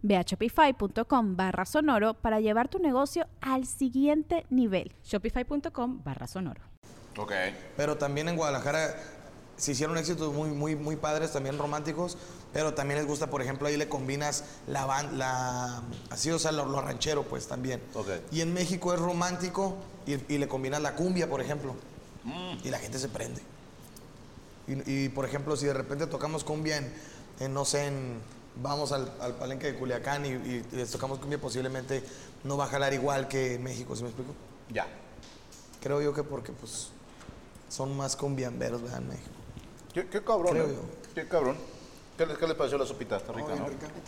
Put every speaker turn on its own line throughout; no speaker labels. Ve a shopify.com barra sonoro para llevar tu negocio al siguiente nivel.
Shopify.com barra sonoro.
Ok.
Pero también en Guadalajara se hicieron éxitos muy, muy, muy padres, también románticos. Pero también les gusta, por ejemplo, ahí le combinas la ban- la así, o sea, lo, lo ranchero, pues también.
Ok.
Y en México es romántico y, y le combinas la cumbia, por ejemplo. Y la gente se prende. Y, y, por ejemplo, si de repente tocamos cumbia en, en, no sé, en, vamos al, al palenque de Culiacán y, y les tocamos cumbia, posiblemente no va a jalar igual que en México, ¿sí me explico?
Ya.
Creo yo que porque, pues, son más cumbiamberos, ¿verdad? En México.
Qué, qué cabrón.
Creo
eh.
yo.
Qué cabrón. ¿Qué les, qué les pareció la sopita? Está rica, ¿no?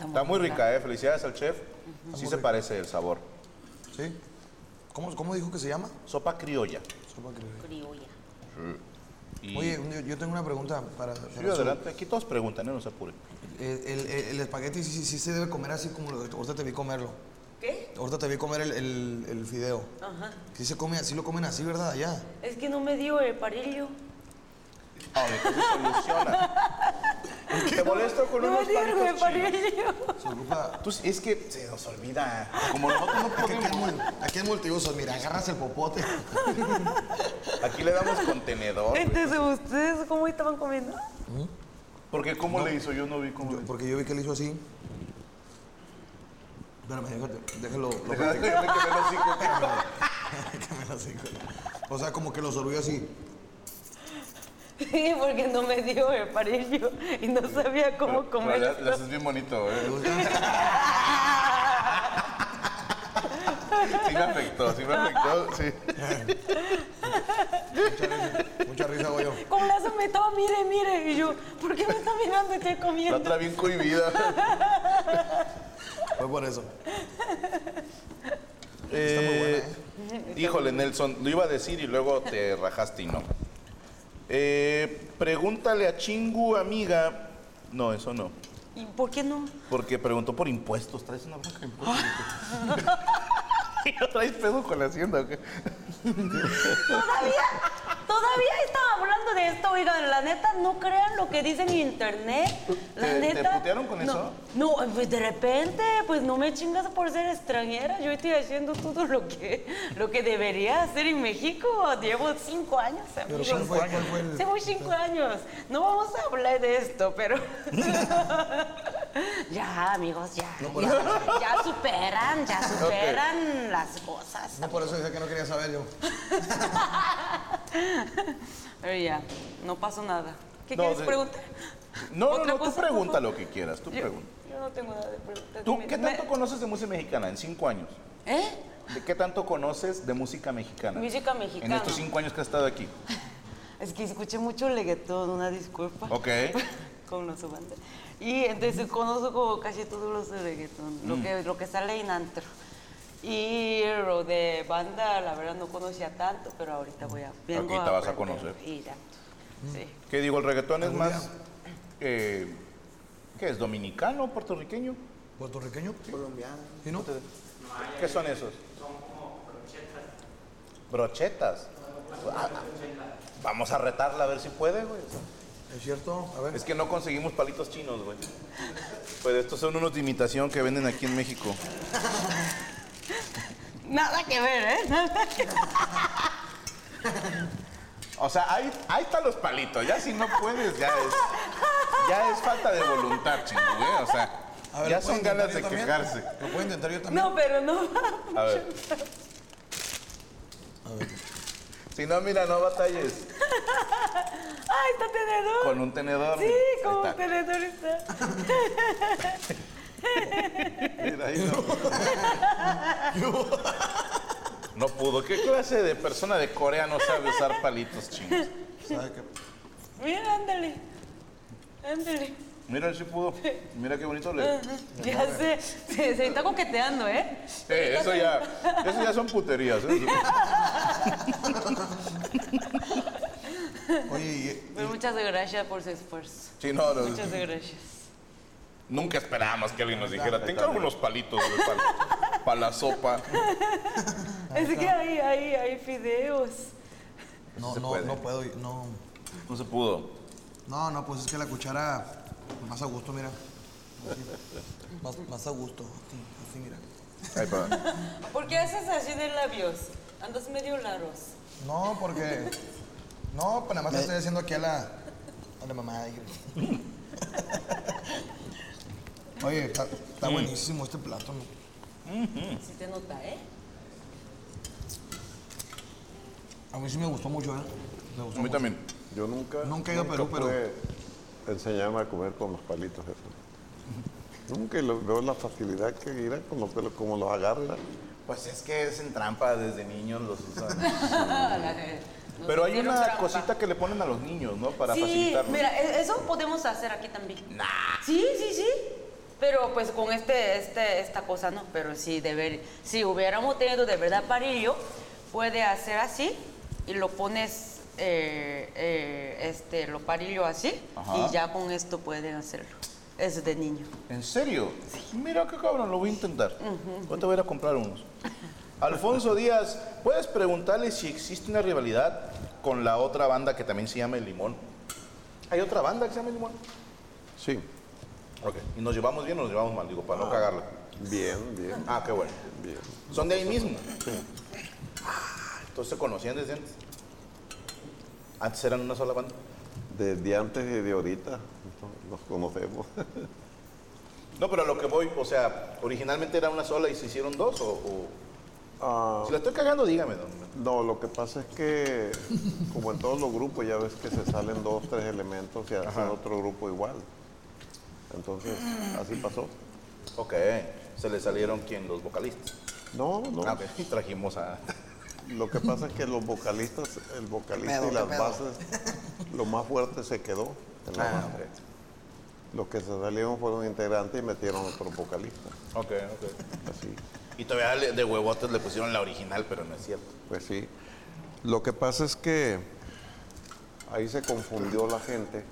Está muy, rica, ¿eh? Felicidades al chef. Sí se parece el sabor.
¿Sí? ¿Cómo, cómo dijo que se llama?
Sopa criolla.
Sopa criolla.
Y-
Oye, yo, yo tengo una pregunta para. para
Sí,
su-
adelante. Aquí todos preguntan, ¿eh? No se apuren.
El, el- el espagueti sí, sí- sí se debe comer así como lo- ahorita te vi comerlo.
¿Qué?
Ahorita te vi comer el, el- el fideo.
Ajá.
Sí se come, sí lo comen así, ¿verdad? Allá.
Es que no me dio el parillo.
A ver, ¿qué se soluciona? Te molesto con
No me
unos
dieron el
palitos chinos.
parillo.
Se ocupa.
Tú- es que se nos olvida. Como nosotros no
Aquí, aquí es
podemos.
mul- aquí es multiusos, mira, agarras el popote.
Aquí le damos contenedor. güey.
Entonces, ¿ustedes cómo estaban comiendo?
Porque ¿cómo le hizo? Yo no vi cómo le hizo.
Porque yo vi que le hizo así. Espérame, déjate, déjalo. Lo
Déjame que me lo sigo.
que me lo sigo. O sea, como que lo sorbió así.
Sí, porque no me dio el parillo y no sabía cómo
Bueno,
comer.
le- le haces bien bonito, ¿eh? Sí me afectó, sí me afectó, sí.
Mucha risa, voy yo.
Con la me estaba, mire, mire. Y yo, ¿por qué me está mirando? Estoy
La
comiendo.
otra bien cohibida.
Fue por eso.
Eh, Híjole, Nelson, lo iba a decir y luego te rajaste y no. Eh, pregúntale a Chingu, amiga. No, eso no.
¿Y por qué no?
Porque preguntó por impuestos. ¿Traes una bronca de impuestos? ¿Y traes pedo con la hacienda o qué?
Todavía, todavía estaba hablando de esto, oigan, la neta, no crean lo que dicen en internet. La
¿Te- te
neta.
putearon con
no,
eso?
No, pues de repente, pues no me chingas por ser extranjera. Yo estoy haciendo todo lo que, lo que debería hacer en México. Llevo cinco años, amigos.
¿cuál fue- cuál fue el-
Llevo cinco años. No vamos a hablar de esto, pero. ya, amigos, ya. ya, ya superan, ya superan las cosas.
No por eso decía que no quería saber yo.
Pero ya, no pasó nada. ¿Qué
No,
quieres
de-
preguntar?
No, no,
¿Otra
no, tú
cosa,
pregunta
por
lo que quieras, tú
Yo,
pregunta.
yo no tengo nada de preguntar.
¿Tú
Me-
qué
me-
tanto conoces de música mexicana en cinco años?
¿Eh?
¿De qué tanto conoces de música mexicana?
Música mexicana.
En estos cinco años que has estado aquí.
Es que escuché mucho reggaetón, una disculpa.
Ok.
Con los banda. Y entonces conozco como casi todos los de reggaetón, lo,
Mm.
que, lo que sale en antro. Y lo de banda, la verdad, no conocía tanto, pero ahorita voy a... vengo
Ahorita vas a
aprender.
conocer.
Y tanto. Sí.
¿Qué digo? El reggaetón es más. eh, ¿Qué es? ¿Dominicano? ¿Puertorriqueño?
¿Puertorriqueño? Colombiano. ¿Y no?
¿Qué son esos? Son como brochetas. ¿Brochetas? Ah, Vamos a retarla a ver si puede, güey.
¿Es cierto? A ver.
Es que no conseguimos palitos chinos, güey. Pues estos son unos de imitación que venden aquí en México.
Nada que ver, ¿eh? Nada que ver.
O sea, ahí, ahí están los palitos. Ya si no puedes, ya es. Ya es falta de voluntad, chingo, güey. O sea,
A ver,
ya
¿lo puedo
son
intentar
ganas
yo
de
también?
quejarse.
Lo puedo intentar yo también.
No, pero no.
A ver. Sí, Si no, mira, no batalles.
¡Ah, está tenedor!
Con un tenedor.
Sí,
mira, ahí
con un
está.
tenedor está.
Mira, ahí no. No pudo. ¿Qué clase de persona de Corea no sabe usar palitos chingos?
¿Sabe qué?
Mira, ándale. Ándale. Ah,
Mira, sí pudo. Mira qué bonito le.
Ya sé. Se, se está coqueteando, ¿eh?
Eh, eso ya, eso ya son puterías. ¿eh?
Oye, y- eh,
Pero Pues muchas gracias por su esfuerzo.
Sí, no, no.
Muchas gracias.
Nunca esperábamos que alguien nos dijera, tengo unos palitos para la sopa.
Es que hay, hay, hay fideos.
no,
se
no,
puede.
no puedo, y- no.
No se pudo.
No, no, pues es que la cuchara pues, más a gusto, mira. Así. Más, más a gusto, así, así, mira.
Ahí va.
¿Por qué haces así de labios? Andas medio raros.
No, porque. No, pues nada más estoy haciendo aquí a la. a la mamá. ahí. Oye, está, está buenísimo este plato. ¿no?
Mm.
Sí te nota, ¿eh?
A mí sí me gustó mucho, ¿eh? Me
A
gustó
mí
mucho.
también.
Yo nunca.
Nunca he ido a Perú, pero-
pude enseñarme a comer con los palitos. eso. Nunca y lo- veo la facilidad que irá como, te lo- como los agarra.
Pues es que es en trampa, desde niños los usan.
Nos
Pero hay
hicieron
una
trampa.
cosita que le ponen a los niños, ¿no? Para
Sí,
facilitarlo.
mira, e- eso podemos hacer aquí también. Sí, sí, sí. Pero pues con este, este, esta cosa no. Pero si deber, si hubiéramos tenido de verdad parillo, puede hacer así y lo pones, eh, eh, este, lo parillo así
Ajá.
y ya con esto pueden hacerlo. Es de niño.
¿En serio? Mira qué cabrón, lo voy a intentar. Ahorita voy a ir a comprar unos. Alfonso Díaz, ¿puedes preguntarle si existe una rivalidad con la otra banda que también se llama El Limón? ¿Hay otra banda que se llama El Limón?
Sí.
Ok. ¿Y nos llevamos bien o nos llevamos mal? Digo, para no cagarla.
Bien, bien,
Ah, qué bueno.
bien.
¿Son de ahí mismo? Ah, Entonces se conocían desde antes. Antes eran una sola banda.
Desde antes y de ahorita no- nos conocemos.
No, pero a lo que voy, o sea, originalmente era una sola y se hicieron dos o... o-
Ah,
Si la estoy cagando, dígame. don-
no, lo que pasa es que, como en todos los grupos, ya ves que se salen dos, tres elementos y hacen otro grupo igual. Entonces, así pasó.
Ok, se le salieron quién, los vocalistas.
No, no.
Ah,
A ver, y trajimos a...
Lo que pasa es que los vocalistas, el vocalista
pedo,
y
qué
las
pedo?
bases, lo más fuerte se quedó en la
Ah,
base. Los que se salieron fueron integrantes y metieron otros vocalistas.
Ok, ok.
Así,
Y todavía le- de huevotes le pusieron la original, pero no es cierto.
pues sí. Lo que pasa es que ahí se confundió la gente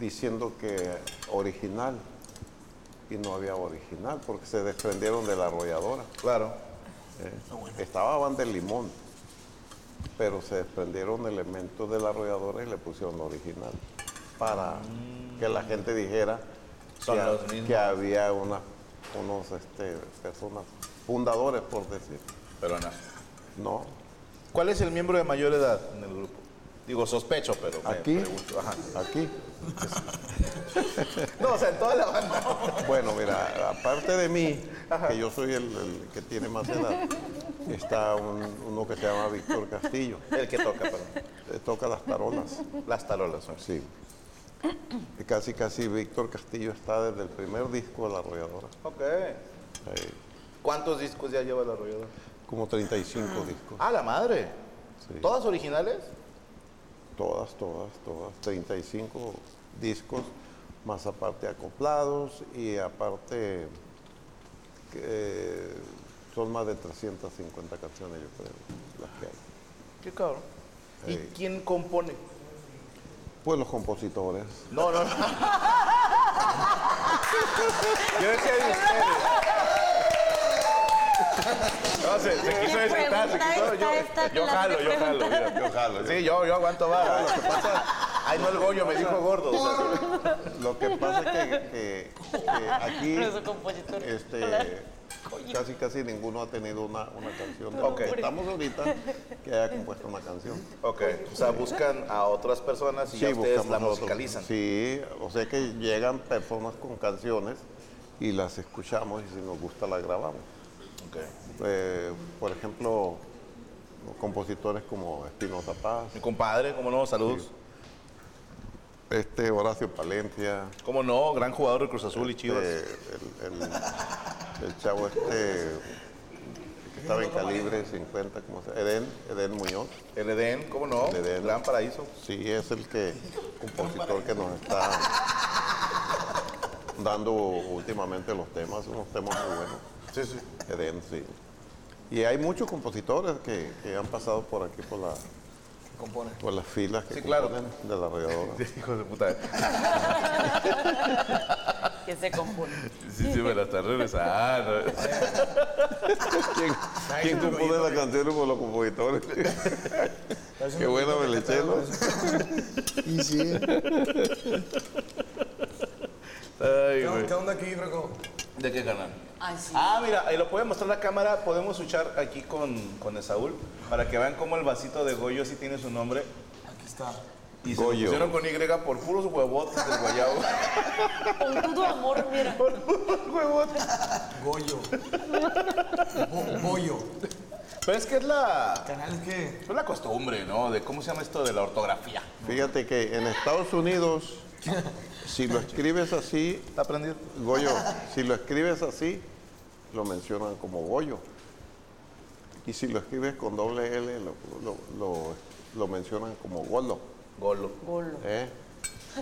diciendo que original y no había original porque se desprendieron de la arrolladora.
Claro.
¿eh? Estaba Banda del Limón, pero se desprendieron elementos de la arrolladora y le pusieron la original para que la gente dijera
Son
que,
los mismos.
que había una, unos este, personas fundadores, por decir.
Pero no.
No,
¿Cuál es el miembro de mayor edad en el grupo? Digo, sospecho, pero me
aquí,
pregunto. Ajá.
aquí.
No, o sea, en toda la banda.
Bueno, mira, aparte de mí, que yo soy el, el que tiene más edad, está un- uno que se llama Víctor Castillo.
El que toca, perdón.
eh, Toca las tarolas.
Las tarolas. son.
Sí. Y Casi, casi Víctor Castillo está desde el primer disco de La Arrolladora.
Ok.
Eh,
¿Cuántos discos ya lleva el arrollador?
como 35 discos.
Ah, la madre.
Sí.
¿Todas originales?
Todas, todas, todas. 35 discos, más aparte acoplados y aparte que, eh, son más de 350 canciones, yo creo, las que hay.
Qué cabrón. ¿Y
Sí.
quién compone?
Pues los compositores.
No, no, no. Yo decía de ustedes. No, se, se quiso
¿Qué
desquitar, se
pregunta
quiso.
esta,
Yo,
esta
yo
clase
jalo,
de
yo jalo,
preguntas?
mira, yo Ah. jalo. Sí, yo, yo aguanto vara. Lo que pasa, ay, no el goño, me dijo gordo. o sea,
Lo que pasa es que, que- que aquí
Nuestro compositor.
este, casi casi ninguno ha tenido una, una canción de lo
Ok.
que estamos ahorita que haya compuesto una canción.
ok, o sea, buscan a otras personas y ya ustedes
buscamos
la
nosotros.
musicalizan.
Sí, o sea que llegan personas con canciones y las escuchamos y si nos gusta la grabamos.
Ok.
Eh, por ejemplo, compositores como Espinosa Paz,
Mi compadre, cómo no, saludos.
este Horacio Palencia,
Cómo no, gran jugador del Cruz Azul y Chivas.
eh, el, el- el chavo este que estaba en calibre 50, como se Eden, Eden Muñoz.
El Edén, cómo no,
El Edén.
gran paraíso.
Sí, es el que compositor que nos está dando últimamente los temas, unos temas muy buenos.
Sí, sí.
Edén, sí. Y hay muchos compositores que, que han pasado por aquí por la,
Compone.
por las filas que
Sí, claro.
componen de la arrolladora.
Hijo de puta.
que se compone.
Sí, sí, me la estás regresando.
¿Quién, quién compone las canciones por los compositores? Qué bueno, Belechelo.
Y sí.
Ay,
¿Qué
güey.
on- qué onda aquí, Franco?
¿De qué canal?
Ay, sí.
Ah, mira, ahí lo puede mostrar la cámara. Podemos escuchar aquí con, con Esaúl para que vean cómo el vasito de Goyo sí tiene su nombre.
Aquí está.
Y se lo
Goyo.
pusieron con Y por puros huevotes del guayabo.
Con todo amor, mira.
por puros huevotes.
Goyo. Bo- Goyo.
Pero es que es la,
Canal que.
es la costumbre, ¿no? De cómo se llama esto de la ortografía.
Fíjate que en Estados Unidos, si lo escribes así,
¿Está aprendido?
Goyo, si lo escribes así, lo mencionan como Goyo. Y si lo escribes con doble L, lo, lo- lo- lo mencionan como Golo.
Golo.
Golo.
¿eh?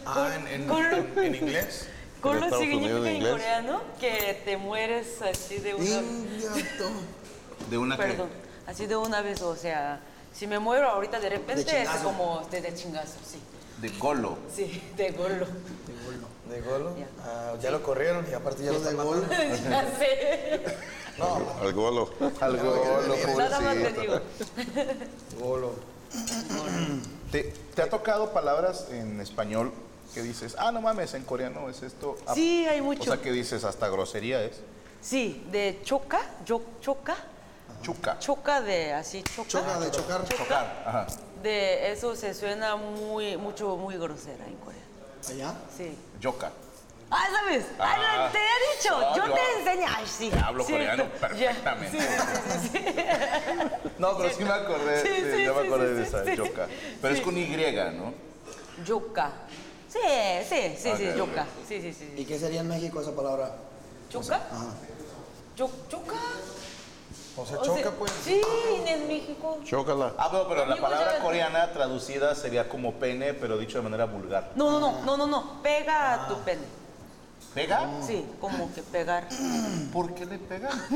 Ah, en, en-
Golo.
en inglés.
Golo
Estados Unidos en
significa en
inglés.
coreano que te mueres así de una
India, to-
De una que.
Perdón, así de una vez, o sea, si me muero ahorita de repente es
chingazo.
como de, de chingazo, sí.
De golo.
Sí, de golo.
De golo.
Ya.
Ah, ya lo corrieron y aparte ya lo de golo.
ya sé.
Al Golo.
Al golo,
Nada más te
pobrecito.
digo.
Golo.
¿Te, te ha tocado palabras en español que dices, ah, no mames, en coreano es esto? Ah,
Sí, hay mucho.
O sea, que dices, hasta grosería es.
Sí, de choca, yo choca,
Chuca.
choca de así, choca.
Choca, de chocar.
Choca.
Ajá.
De eso se suena muy, mucho, muy grosera en Corea.
Allá.
Sí.
Yoka.
Ah, ¿sabes? Ay,
Ah.
lo- te he dicho,
No,
yo,
yo-
te enseño. Ay, sí.
Te hablo
cierto.
coreano
Ya.
perfectamente.
Sí, sí, sí, sí.
No, pero sí me acordé.
Sí,
Sí,
sí,
ya me
sí,
acordé
sí,
de
sí,
esa
sí.
yoka. Pero es con Y, ¿no?
Yuca. Sí, sí, sí,
Ok,
sí,
ok.
yuca. Sí, sí, sí.
¿Y
sí.
qué sería en México esa palabra?
¿Yuca? Yu- ¿Yuca?
O sea,
O
choca,
sea,
pues.
Sí, en México.
Chócala.
Ah, pero, pero la
Amigo, ya
palabra
ves.
coreana traducida sería como pene, pero dicho de manera vulgar.
No, no, no, no, no, no. Pega a
Ah.
tu pene.
¿Pega?
Sí, como que pegar.
¿Por qué le pegan?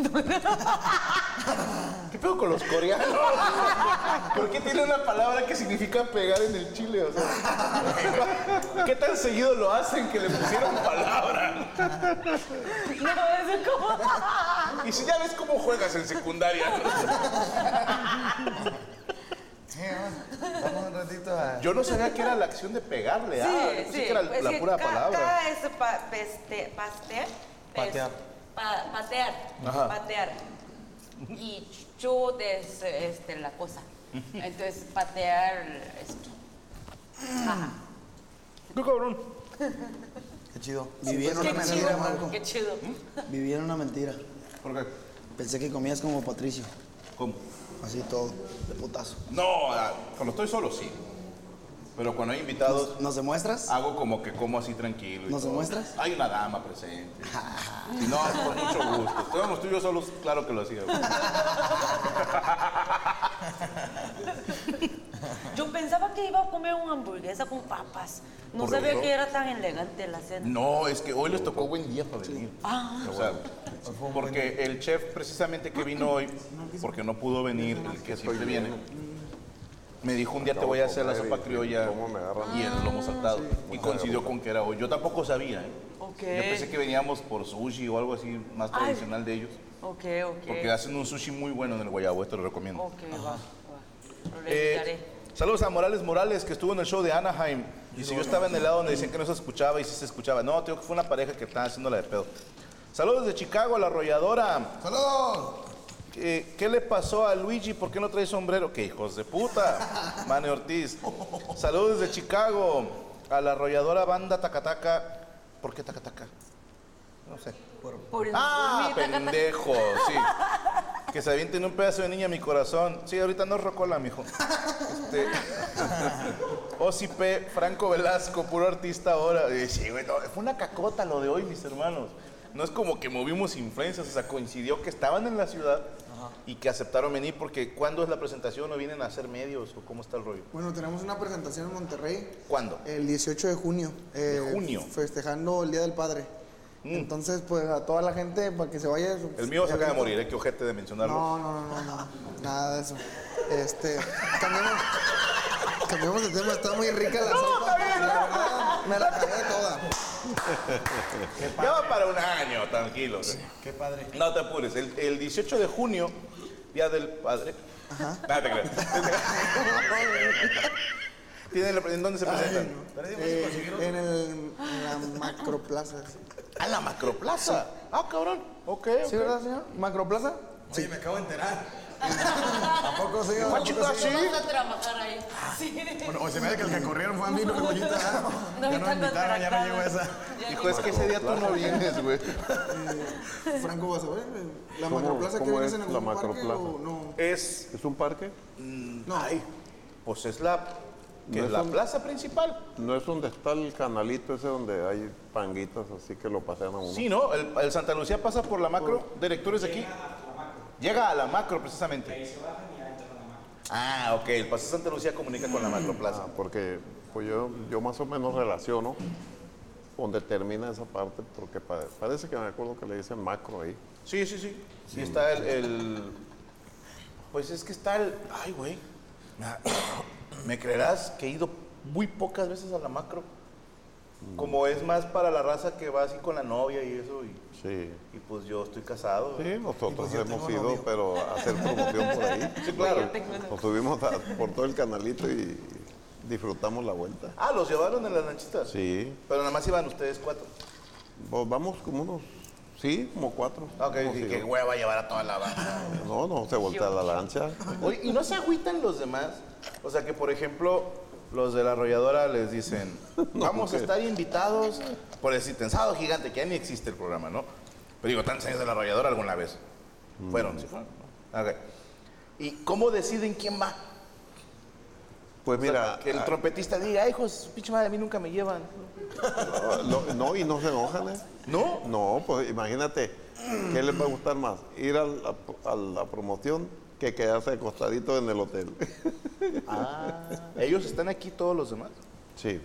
¿Qué pedo con los coreanos? ¿Por qué tiene una palabra que significa pegar en el chile? O sea, ¿qué tan seguido lo hacen que le pusieron palabra?
No, eso es como.
Ah, Y si ya ves cómo juegas en secundaria.
Eh, vamos- vamos un ratito a.
Yo no sabía que era la acción de pegarle. ah, yo pensé que era
pues
la
que
pura
ca-
palabra.
ca es pa- peste- pastear. pes-
Patear.
pa- patear.
Ajá.
Patear. Y yo es este, la cosa. Entonces, patear este. esto.
¡Qué cabrón!
Qué chido.
pues
Vivieron una
Pues Qué
mentira,
chido,
Marco.
qué chido.
Vivieron una mentira.
¿Por qué?
Pensé que comías como Patricio.
¿Cómo?
Así todo, de putazo.
No, ah, cuando estoy solo sí. Pero cuando hay invitados,
¿Nos, nos demuestras?
hago como que como así tranquilo. y
¿Nos
todo.
demuestras?
Hay una dama presente. Si no, con mucho gusto. Estuvimos tú y yo solos, claro que lo hacía. güey.
Yo pensaba que iba a comer una hamburguesa con papas. No
Por
sabía
eso.
que era tan elegante la cena.
No, es que hoy les tocó buen día para venir.
Ah.
O sea, porque el chef precisamente que vino hoy, porque no pudo venir, el que siempre viene,
¿eh?
me dijo un día te voy a hacer la sopa criolla
¿Cómo me agarran?
y el lomo saltado. Y coincidió con que era hoy. Yo tampoco sabía, ¿eh?
Ok.
Yo pensé que veníamos por sushi o algo así más
Ay.
tradicional de ellos.
Ok, ok.
Porque hacen un sushi muy bueno en el Guayabo, te lo recomiendo.
Ok, va, va. Lo
Eh,
revisaré.
saludos a Morales Morales, que estuvo en el show de Anaheim. Y si yo estaba en el lado donde decían que no se escuchaba y sí se escuchaba. No, tengo que fue una pareja que estaba haciéndola de pedo. Saludos de Chicago a la arrolladora.
¡Saludos!
Eh, ¿Qué le pasó a Luigi? ¿Por qué no trae sombrero? ¡Qué hijos de puta! Mane Ortiz. Saludos de Chicago a la arrolladora banda Tacataca. ¿Por qué Tacataca? No sé.
Por el
¡Ah,
por mi-
pendejo! Sí. Que se avienten un pedazo de niña a mi corazón. Sí, ahorita no es rocola, mijo. Este... Ozzy P, Franco Velasco, puro artista ahora. Y sí, güey, no, fue una cacota lo de hoy, mis hermanos. No es como que movimos influencias, o sea, coincidió que estaban en la ciudad y que aceptaron venir porque ¿cuándo es la presentación o vienen a hacer medios o cómo está el rollo?
Bueno, tenemos una presentación en Monterrey.
¿Cuándo?
El 18 de junio. eh,
junio. Mm.
Festejando el Día del Padre. Entonces, pues a toda la gente para que se vaya. pues,
El mío se acaba de morir, ¿eh? Qué ojete de mencionarlo.
No, no, no, no, no. Nada de eso. Este, cambiamos, cambiamos de tema. Está muy rica la sopa. La verdad, me la acabé toda.
Ya va para un año, tranquilo. Qué padre. No te apures. El, el 18 de junio, Día del Padre. Ajá. Nada, te creas. ¿Tienen la- ¿En dónde se presentan?
Eh, en, el, en la macroplaza.
A la macroplaza. Ah, cabrón. Ok,
¿Sí,
ok.
verdad, señor? ¿Macroplaza?
Oye, me acabo de enterar. ¿A poco sí? ¿A
Guachito,
poco
¿sí?
sí?
Vamos a trabajar ahí. Sí.
Bueno, o se me hace que el que corrieron fue a mí, no me pollita.
No,
Ya no me
está
invitaron, ya no llego a esa.
contratado. Ya
Hijo, es que ese día tú no vienes, güey.
Franco, vas a ver. ¿La
¿Cómo-
macroplaza que
cómo
vienes
es
en
la
algún parque
macroplaza?
o no?
Es.
¿Es un parque?
No.
Pues es la. Que
No
es
es
la
un-
plaza principal.
¿No es donde está el canalito ese donde hay panguitas así que lo pasean a uno?
Sí, ¿no? El, el Santa Lucía pasa por la macro. Directores de aquí. Llega a la macro, precisamente. Ah, ok. El paseo Santa Lucía comunica con la macroplaza.
Ah, porque pues yo, yo más o menos relaciono donde termina esa parte, porque pa- parece que me acuerdo que le dicen macro ahí.
Sí, sí, sí. Sí, está el, el- Pues es que está el. Ay, güey. ¿Me creerás que he ido muy pocas veces a la macro? Como es más para la raza que va así con la novia y eso. Y,
Sí.
y pues yo estoy casado.
Sí, nosotros
yo
hemos
tengo
ido,
novio.
pero a hacer promoción por ahí.
Sí, claro.
Nos- Nos subimos a- por todo el canalito y disfrutamos la vuelta.
Ah, los llevaron en las lanchitas.
Sí.
Pero nada más iban ustedes cuatro.
Pues vamos como unos, sí, como cuatro.
Ah, Ok,
Hemos
y
ido.
qué hueva llevar a toda la banda.
No, no, se voltea la lancha.
Oye, ¿y no se agüitan los demás? O sea, que por ejemplo, los de la arrolladora les dicen, vamos a
¿qué?
estar invitados por el Citensado Gigante, que ya ni existe el programa, ¿no? Pero digo, tantos años de la arrolladora alguna vez.
Mm.
Fueron, sí fueron. ¿no? Ok. ¿Y cómo deciden quién va?
Pues
O sea,
mira,
que el
ah,
trompetista diga, "Ay, hijos, pinche madre, a mí nunca me llevan.
no, ah, no, y no se enojan, ¿eh?
¿No?
No, pues imagínate, ¿qué les va a gustar más? Ir a la, a la promoción que quedarse acostadito en el hotel.
Ah. Ellos están aquí todos los demás.
Sí,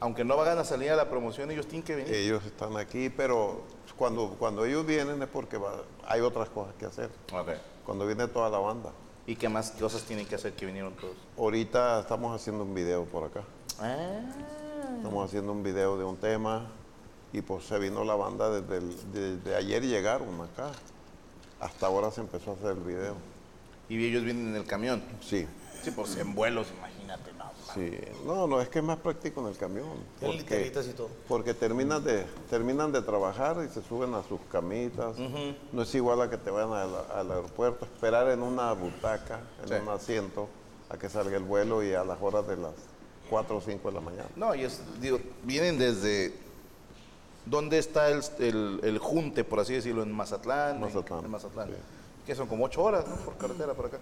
Aunque no vayan a salir a la promoción, ellos tienen que venir.
ellos están aquí, pero cuando, cuando ellos vienen es porque va- hay otras cosas que hacer.
Ok.
Cuando viene toda la banda.
¿Y qué más cosas tienen que hacer que vinieron todos?
Ahorita estamos haciendo un video por acá.
Ah.
Estamos haciendo un video de un tema y pues se vino la banda desde, el- desde ayer llegaron acá. Hasta ahora se empezó a hacer el video.
Y ellos vienen en el camión.
Sí,
Sí, pues en vuelos, imagínate, no.
Sí, no, no, es que es más práctico en el camión.
Tienen literitas y todo.
Porque terminan de, terminan de trabajar y se suben a sus camitas. No es igual a que te vayan al, al aeropuerto, esperar en una butaca, en
Sí.
un asiento, a que salga el vuelo y a las horas de las 4 o 5 de la mañana.
No, y es, digo, vienen desde. ¿Dónde está el, el- el junte, por así decirlo? En Mazatlán.
Mazatlán,
En, en Mazatlán.
sí.
Que son como ocho horas, ¿no? Por carretera, por acá.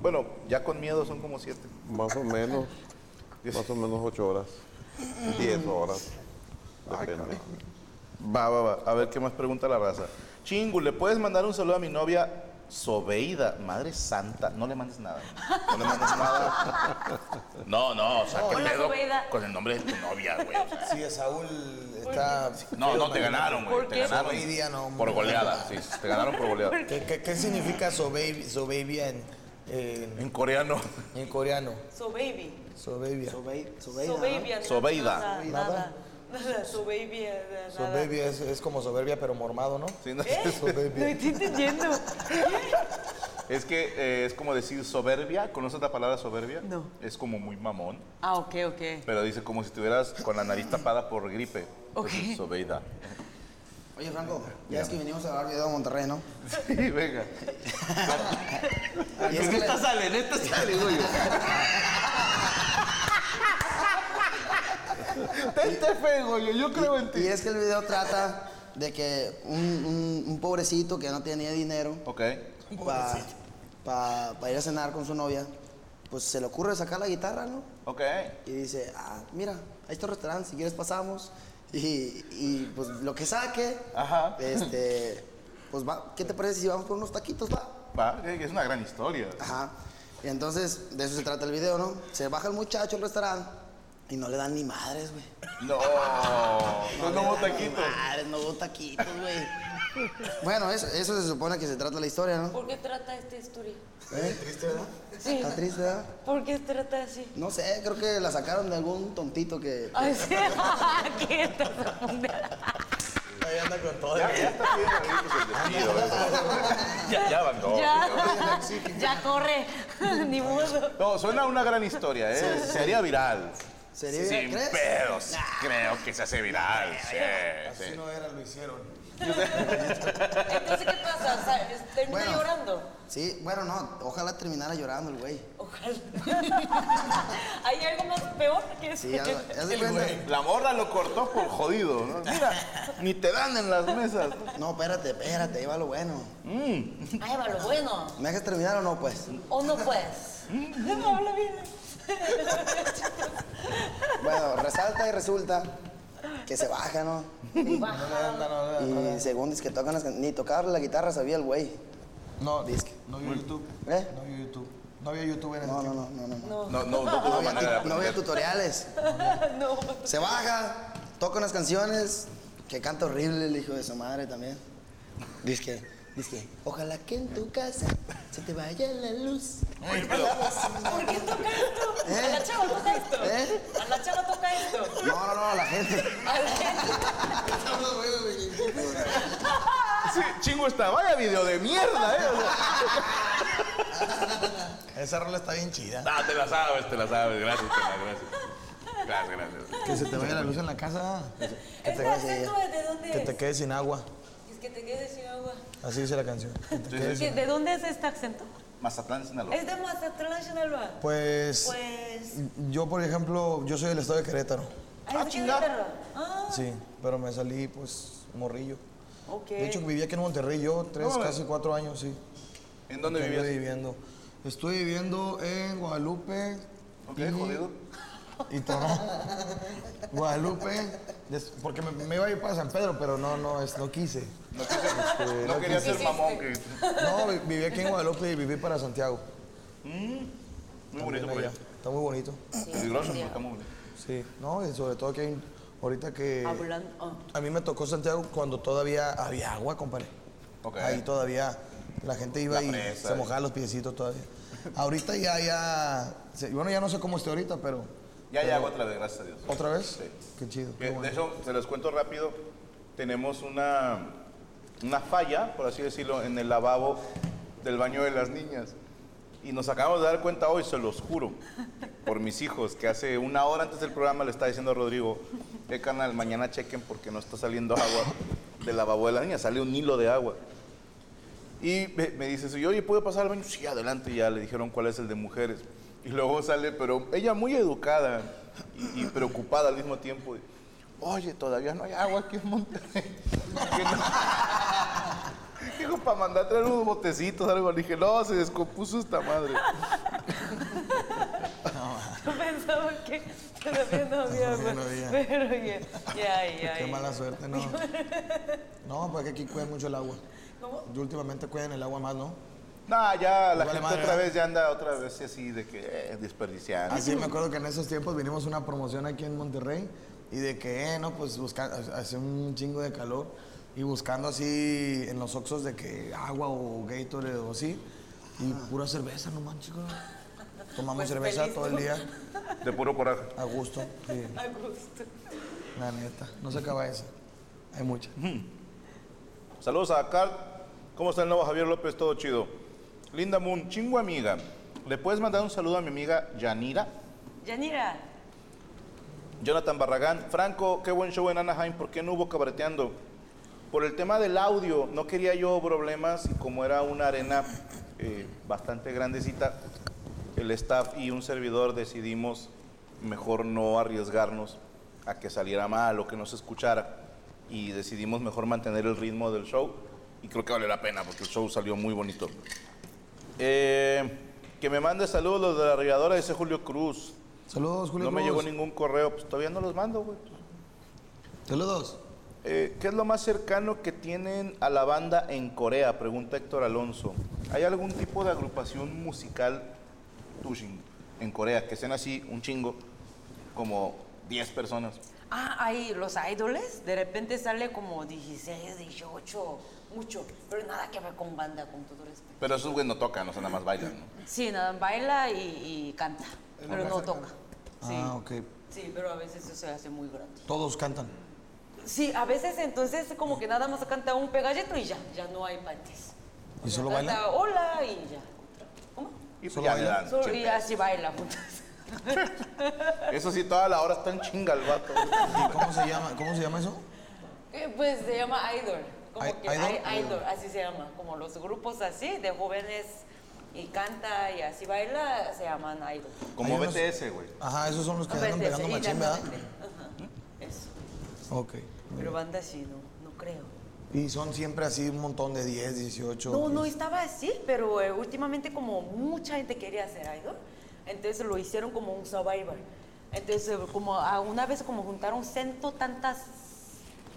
Bueno, ya con miedo son como siete.
Más o menos, más o menos 8 horas, 10 horas. Depende.
Va, va, va. A ver qué más pregunta la raza. Chingu, ¿le puedes mandar un saludo a mi novia Sobeida? Madre santa. No le mandes nada. No le mandes nada. No, no, o sea, qué
Hola,
pedo
Sobeida.
con el nombre de tu novia, güey. o sea.
Sí, Saúl está.
No, no, te ganaron, güey.
¿Por
Te
qué?
ganaron.
Hoy día no, hombre.
por goleada, sí. Te ganaron por goleada.
¿Qué, qué, qué significa sobebia en, en,
En coreano.
en coreano?
So baby.
Sobebia.
Sobey- Sobeida,
So
¿no?
baby. acá,
Sobeida.
Nada, nada. Nada. So baby. eh, Nada.
Sobebia es, es como soberbia, pero mormado, ¿no?
Sí, no,
No
Sobebia.
estoy entendiendo.
Es que eh, es como decir soberbia. ¿Conoces la palabra soberbia?
No.
Es como muy mamón,
Ah, ok, ok.
pero dice como si estuvieras con la nariz tapada por gripe. Entonces,
Ok.
Sobeida.
Oye, Franco, ya es que vinimos a grabar video a Monterrey, ¿no?
Sí, venga.
Y es que
Esta sale, neta sale, güey. Tente fe, güey. Yo creo en
Y es que el video trata de que un, un- un pobrecito que no tenía dinero
Ok.
para ir a cenar con su novia, pues se le ocurre sacar la guitarra, ¿no?
Ok.
Y dice, ah, mira, ahí está el restaurante, si quieres pasamos. Y, y, pues lo que saque,
Ajá.
este, pues va, ¿qué te parece si vamos por unos taquitos, va?
Va, eh, es una gran historia.
Ajá. Y entonces, de eso se trata el video, ¿no? Se baja el muchacho al restaurante y no le dan ni madres, güey.
No. No, no, hubo taquitos.
Madres, no hubo taquitos, güey. Bueno, eso, eso se supone que se trata la historia, ¿no?
¿Por qué trata este esta historia?
¿Eh? ¿Triste, verdad?
Sí.
Está triste, ¿verdad?
¿Por qué trata así?
No sé, creo que la sacaron de algún tontito que...
Ay, Ah, sí. ¿Qué tal?
Ahí anda con todo.
Ya, ya está bien, amiguitos, el vestido. Ya, ya abandonó.
Ya, ya corre, ni modo.
No, suena una gran historia, ¿eh? Sería viral.
¿Sería?
Sin
¿Crees?
pedos. Creo que se hace viral. Sí,
Si
sí.
no era, lo hicieron.
Entonces, ¿qué pasa? O sea, termina
Bueno.
llorando.
Sí, bueno, no, ojalá terminara llorando el güey.
Ojalá. ¿Hay algo más peor que eso?
Sí, algo- haz de cuenta.
Pues, La morra lo cortó por jodido. ¿no? Mira, ni te dan en las mesas.
No, espérate, espérate, ahí va lo bueno.
Ay, va lo bueno.
¿Me dejas terminar o no, pues?
¿O no puedes? No habla bien.
Bueno, resalta y resulta que se baja, ¿no?
Y baja.
Y según dice que tocan las can- ni tocar la guitarra sabía el güey.
No,
Disque.
no vio YouTube.
¿Eh?
No vio YouTube. No había YouTube en ese
No, no,
tiempo.
no, no, no. No,
No, no, no tuvo
no, había,
manera de
tu- no había
aprender.
tutoriales.
No.
Se baja, toca unas canciones, que canta horrible el hijo de su madre también. Dice que, dice que, ojalá que en tu casa se te vaya la luz.
¿Por qué toca esto? A la chava toca esto.
¿Eh?
A la chava toca esto.
No, no, no, la gente.
A la gente.
Ah, Sí, chingo está, vaya video de mierda, ¿eh? O sea,
Esa rola está bien chida.
ah, te la sabes, te la sabes. Gracias, te la gracias. Gracias, gracias.
Que se te vaya la luz en la casa.
¿Este acento es de dónde
Que te
es?
quedes sin agua.
Es que te quedes sin agua.
Así dice la canción. Que
Sí,
te quedes
sí, sí.
sin-
¿De dónde es este acento?
Mazatlán, Sinaloa.
Es de Mazatlán, Sinaloa.
Pues,
Pues.
yo por ejemplo, yo soy del estado de Querétaro.
Ay,
Ah,
es de
chinga.
Querétaro. Ah,
Sí, pero me salí pues morrillo.
ok.
De hecho vivía aquí en Monterrey yo tres,
Órale.
casi cuatro años, sí.
¿En dónde
Que anduve
vivías?
viviendo? Estoy viviendo en Guadalupe.
Ok,
y-
jodido.
Y Torreón. Guadalupe, des- porque me, me iba a ir para San Pedro, pero no, no, es, no quise.
No, quise- no quería ser mamón. Que,
No, vi- viví aquí en Guadalupe y viví para Santiago.
muy bonito
También
por allá.
allá. Está muy bonito.
Peligroso, pero está muy bonito.
Sí, no, y sobre todo que hay un- ahorita que...
Hablando. ah.
A mí me tocó Santiago cuando todavía había agua, compadre.
Ok.
Ahí todavía la gente iba
La
y
presa,
se
eh.
mojaba los piecitos todavía. Ahorita ya, ya... se- Bueno, ya no sé cómo esté ahorita, pero...
Ya, ya hago otra vez, gracias a Dios.
¿Otra vez?
Sí.
Qué chido.
Que,
qué bueno.
Eh, de hecho, se los cuento rápido. Tenemos una, una falla, por así decirlo, en el lavabo del baño de las niñas. Y nos acabamos de dar cuenta hoy, se los juro, por mis hijos, que hace una hora antes del programa le estaba diciendo a Rodrigo, el canal, mañana chequen porque no está saliendo agua del lavabo de las niñas, sale un hilo de agua. Y me, me dice, "Sí, oye, ¿puedo pasar al baño? Sí, adelante. Y ya le dijeron cuál es el de mujeres. Y luego sale, pero ella muy educada y, y preocupada al mismo tiempo. Oye, todavía no hay agua aquí en Monterrey. Que no- Dijo, para mandar a traer unos botecitos, algo. Le dije, no, se descompuso esta madre.
Yo pensaba que todavía no había agua.
no había.
Pero ya, ya, ya. ya.
Qué mala suerte, no. No, porque aquí cuidan mucho el agua.
¿Cómo?
Yo últimamente cuidan el agua más, ¿no?
No, ya la
Igual
gente
de madre, Ah,
otra
¿verdad?
vez ya anda otra vez así de que eh, desperdiciando.
Así me acuerdo que en esos tiempos vinimos a una promoción aquí en Monterrey y de que, eh, no, pues buscando, hace un chingo de calor y buscando así en los oxos de que agua o Gatorade o así y pura cerveza, no manches. güey. Tomamos
Pues
cerveza
feliz,
todo el
¿no?
día
De puro coraje.
a gusto. sí,
A gusto.
la neta, no se acaba eso. Hay mucha.
Saludos a Carl. ¿Cómo está el nuevo Javier López? Todo chido. Linda Moon, chingo amiga. ¿Le puedes mandar un saludo a mi amiga Yanira?
Yanira,
Jonathan Barragán. Franco, qué buen show en Anaheim. ¿Por qué no hubo cabareteando? Por el tema del audio, no quería yo problemas. Y como era una arena eh, bastante grandecita, el staff y un servidor decidimos mejor no arriesgarnos a que saliera mal o que no se escuchara. y decidimos mejor mantener el ritmo del show y creo que vale la pena porque el show salió muy bonito. Eh, que me mande saludos los de la regadora, dice Julio Cruz.
Saludos, Julio.
no me llegó
Cruz.
ningún correo, pues todavía no los mando, güey.
Saludos.
Eh, ¿Qué es lo más cercano que tienen a la banda en Corea? Pregunta Héctor Alonso. ¿Hay algún tipo de agrupación musical Tushin en Corea que sean así un chingo, como 10 personas?
Ah, ahí los idoles, de repente sale como 16, 18, mucho, pero nada que ver con banda, con todo respeto.
Pero esos güeyes no tocan, o sea, nada más bailan, ¿no?
Sí, nada, baila y, y canta, pero no toca. Sí.
Ah, ok.
Sí, pero a veces eso se hace muy grande.
Todos cantan.
Sí, a veces entonces como que nada más canta un pegalleto y ya, ya no hay partes.
¿Y solo
Canta
baila? Ah,
hola y ya. ¿Cómo?
Y pues
Solo
ya le
bailan.
dan
Solo-
chin-
y así baila juntas.
Eso sí, toda la hora está en chinga el vato.
¿Y cómo se llama, cómo se llama eso?
Eh, Pues se llama idol, como
I-
que
idol?
i- idol, así se llama, como los grupos así de jóvenes y canta y así baila, se llaman idol.
Como
Hay unos-
BTS, güey.
Ajá, esos son los que andan
Veces,
pegando machín, ¿verdad?
exactamente. Ajá, Eso.
Ok.
Pero banda así, no, no creo.
Y son siempre así un montón de pues, 10, 18.
No, no
10.
estaba así, pero eh, últimamente como mucha gente quería hacer idol, entonces lo hicieron como un survivor. Entonces, eh, como a una vez como juntaron ciento tantas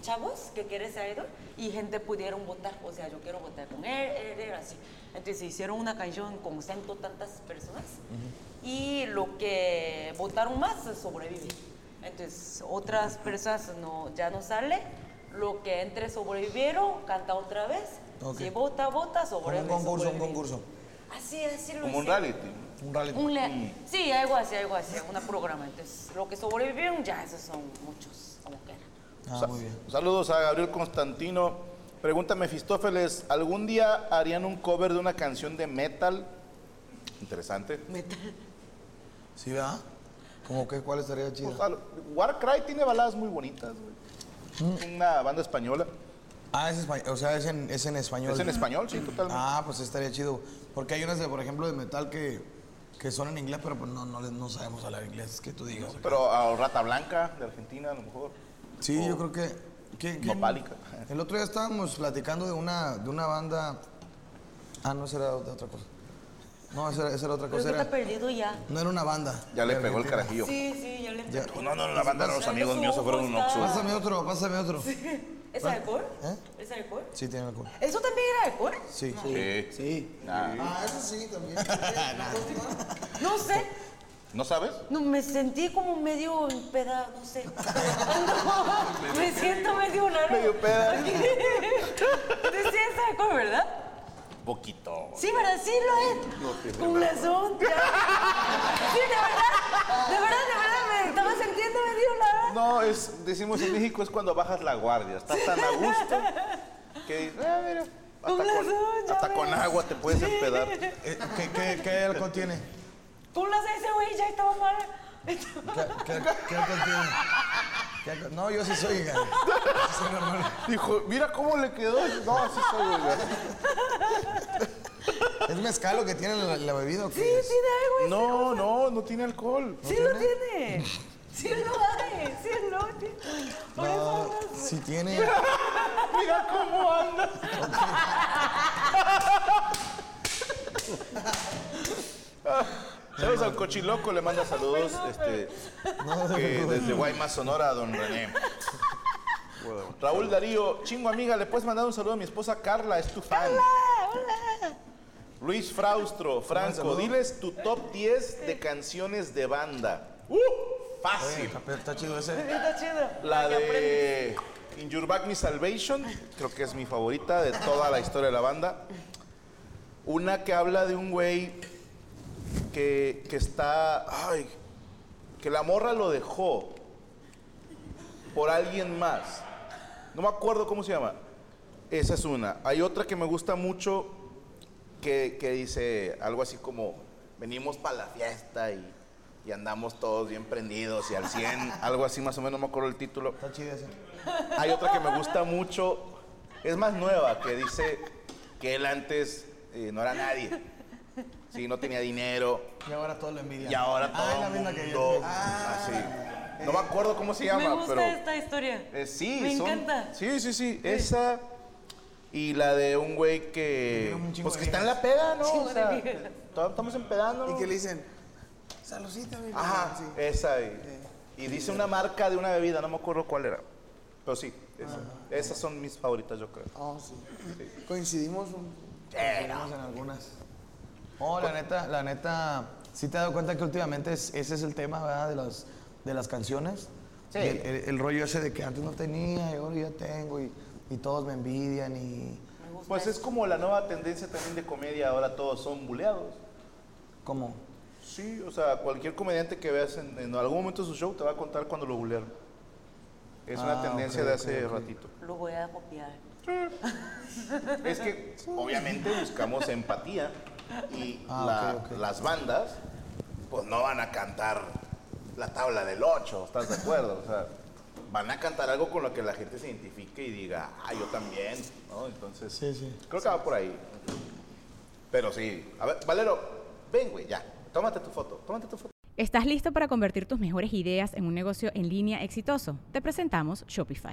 chavos que quieren ser idol y gente pudieron votar, o sea, yo quiero votar con él, él, él, así. Entonces hicieron una canción con ciento tantas personas y lo que votaron más sobrevive. Entonces, otras personas no, ya no sale, lo que entre sobrevivieron canta otra vez.
Ok.
Si vota, vota,
Como
sobre
un concurso, un concurso.
Así, así lo
Como un
hicieron.
reality.
Un rally.
Un le- Sí, algo así, algo así, un programa. Entonces, lo que sobrevivieron ya, esos son muchos, como que
Ah,
Sa-
muy bien.
Saludos a Gabriel Constantino. Pregunta Mefistófeles, ¿algún día harían un cover de una canción de metal? Interesante.
¿Sí, verdad? Como que cuál estaría chido.
Pues, al- Warcry tiene baladas muy bonitas,
Mm.
güey. Una banda española.
Ah, es español. O sea, es en, es en español.
Es en español, sí, totalmente.
Ah, pues estaría chido. Porque hay unas de, por ejemplo, de metal que, que son en inglés, pero pues no, no, les- no sabemos hablar inglés, que tú digas.
Pero a Rata Blanca de Argentina, a lo mejor.
Sí, yo creo que. ¿quién- quién?
Nopálica.
El otro día estábamos platicando de una, de una banda. Ah, no, esa era de otra cosa. No, esa era, esa era otra
Creo
cosa.
que
era-
está perdido ya.
no era una banda.
Ya le
de
pegó el
Argentina.
carajillo.
Sí, sí, ya le
Ya.
No, no, la banda de los amigos míos se fueron a un Oxxo.
Pásame otro, pásame otro. Sí,
¿Es alcohol?
¿Eh?
¿Es alcohol?
tiene alcohol.
¿Eso también era alcohol?
Sí.
Sí.
Sí.
Nah.
Ah, eso sí, también.
No sé.
¿No sabes?
No, me sentí como medio peda, no sé. No, me siento medio raro.
Medio peda.
Porque- Decía es alcohol, ¿verdad?
Poquito.
Sí, ¿verdad? Sí, lo es. Con razón. ya. Sí, de verdad. De verdad, de verdad, me estaba sintiendo medio raro.
No, es, decimos en México, es cuando bajas la guardia. Estás tan a gusto que dices, ah, mira, hasta,
Con
con,
razón, ya
hasta con
ves.
agua te puedes empedar.
Eh, ¿qué, qué, qué alcohol tiene?
Con razón, ese güey ya estaba mal.
¿Qué, qué- qué alcohol tiene? ¿Qué alcohol- No, yo sí soy. eh, güey. Soy normal.
Dijo, mira cómo le quedó. No, así soy, güey.
¿Es mezcal lo que tiene la, la bebida o qué?
Sí,
es?
tiene algo ese.
No, no, no tiene alcohol.
Sí lo tiene. Sí lo hay. Sí lo tiene. Por eso
No,
no sé.
sí tiene.
Mira cómo anda. Saludos al cochiloco, le manda saludos este, que desde Guaymas, Sonora, a don René. Raúl Darío, chingo amiga, le puedes mandar un saludo a mi esposa Carla, es tu fan. Luis Fraustro, Franco, diles tu top 10 de canciones de banda. ¡Uh!
Oye,
Fácil.
está, está chido ese.
Está chido.
La
que aprende.
de In Your Back Me Salvation, creo que es mi favorita de toda la historia de la banda. Una que habla de un güey que, que está. Ay, que la morra lo dejó por alguien más. No me acuerdo cómo se llama. Esa es una. Hay otra que me gusta mucho que, que dice algo así como: venimos para la fiesta y, y andamos todos bien prendidos y al 100, algo así más o menos, no me acuerdo el título.
Está chido ese.
Hay otra que me gusta mucho, es más nueva, que dice que él antes eh, no era nadie. Sí, no tenía dinero
Y ahora todo lo envidia.
y ahora
Ah,
todo
es la
el
misma que Ah. eh,
mundo
yo.
así. No me acuerdo cómo se llama,
Me gusta
pero.
esta historia.
Eh, sí,
Me
son-
encanta.
Sí, sí, sí. Esa y la de un güey que.
Un chingo
Pues
de
que está en la
viejas.
peda, ¿no?
Chingo
O sea,
de viejas.
todavía estamos empedando.
Y
¿no?
que le dicen, salucita, mi
Ajá,
papá", sí.
esa. Y, y dice una marca de una bebida, no me acuerdo cuál era. Pero sí, esa. esas son mis favoritas, yo creo.
Oh, sí. Coincidimos un-
Eh,
Coincidimos en algunas. Oh, la neta, la neta, sí te has dado cuenta que últimamente es- ese es el tema, ¿verdad? De las, de las canciones.
Sí.
El, el- el rollo ese de que antes no tenía y ahora ya tengo y, y todos me envidian y...
Pues es como la nueva tendencia también de comedia, ahora todos son buleados.
¿Cómo?
Sí, o sea, cualquier comediante que veas en, en algún momento de su show te va a contar cuando lo bulearon. Es una
Ah,
tendencia
ok,
de
ok,
hace
ok.
ratito.
Lo voy a copiar.
Es que obviamente buscamos empatía y
Ah,
la-
ok, ok.
las bandas pues no van a cantar la tabla del 8, ¿estás de acuerdo? O sea, van a cantar algo con lo que la gente se identifique y diga, ah, yo también, ¿no? Entonces,
Sí, sí.
creo que va por ahí. Pero sí, a ver, Valero, ven, güey, ya, tómate tu foto, tómate tu foto.
¿Estás listo para convertir tus mejores ideas en un negocio en línea exitoso? Te presentamos Shopify.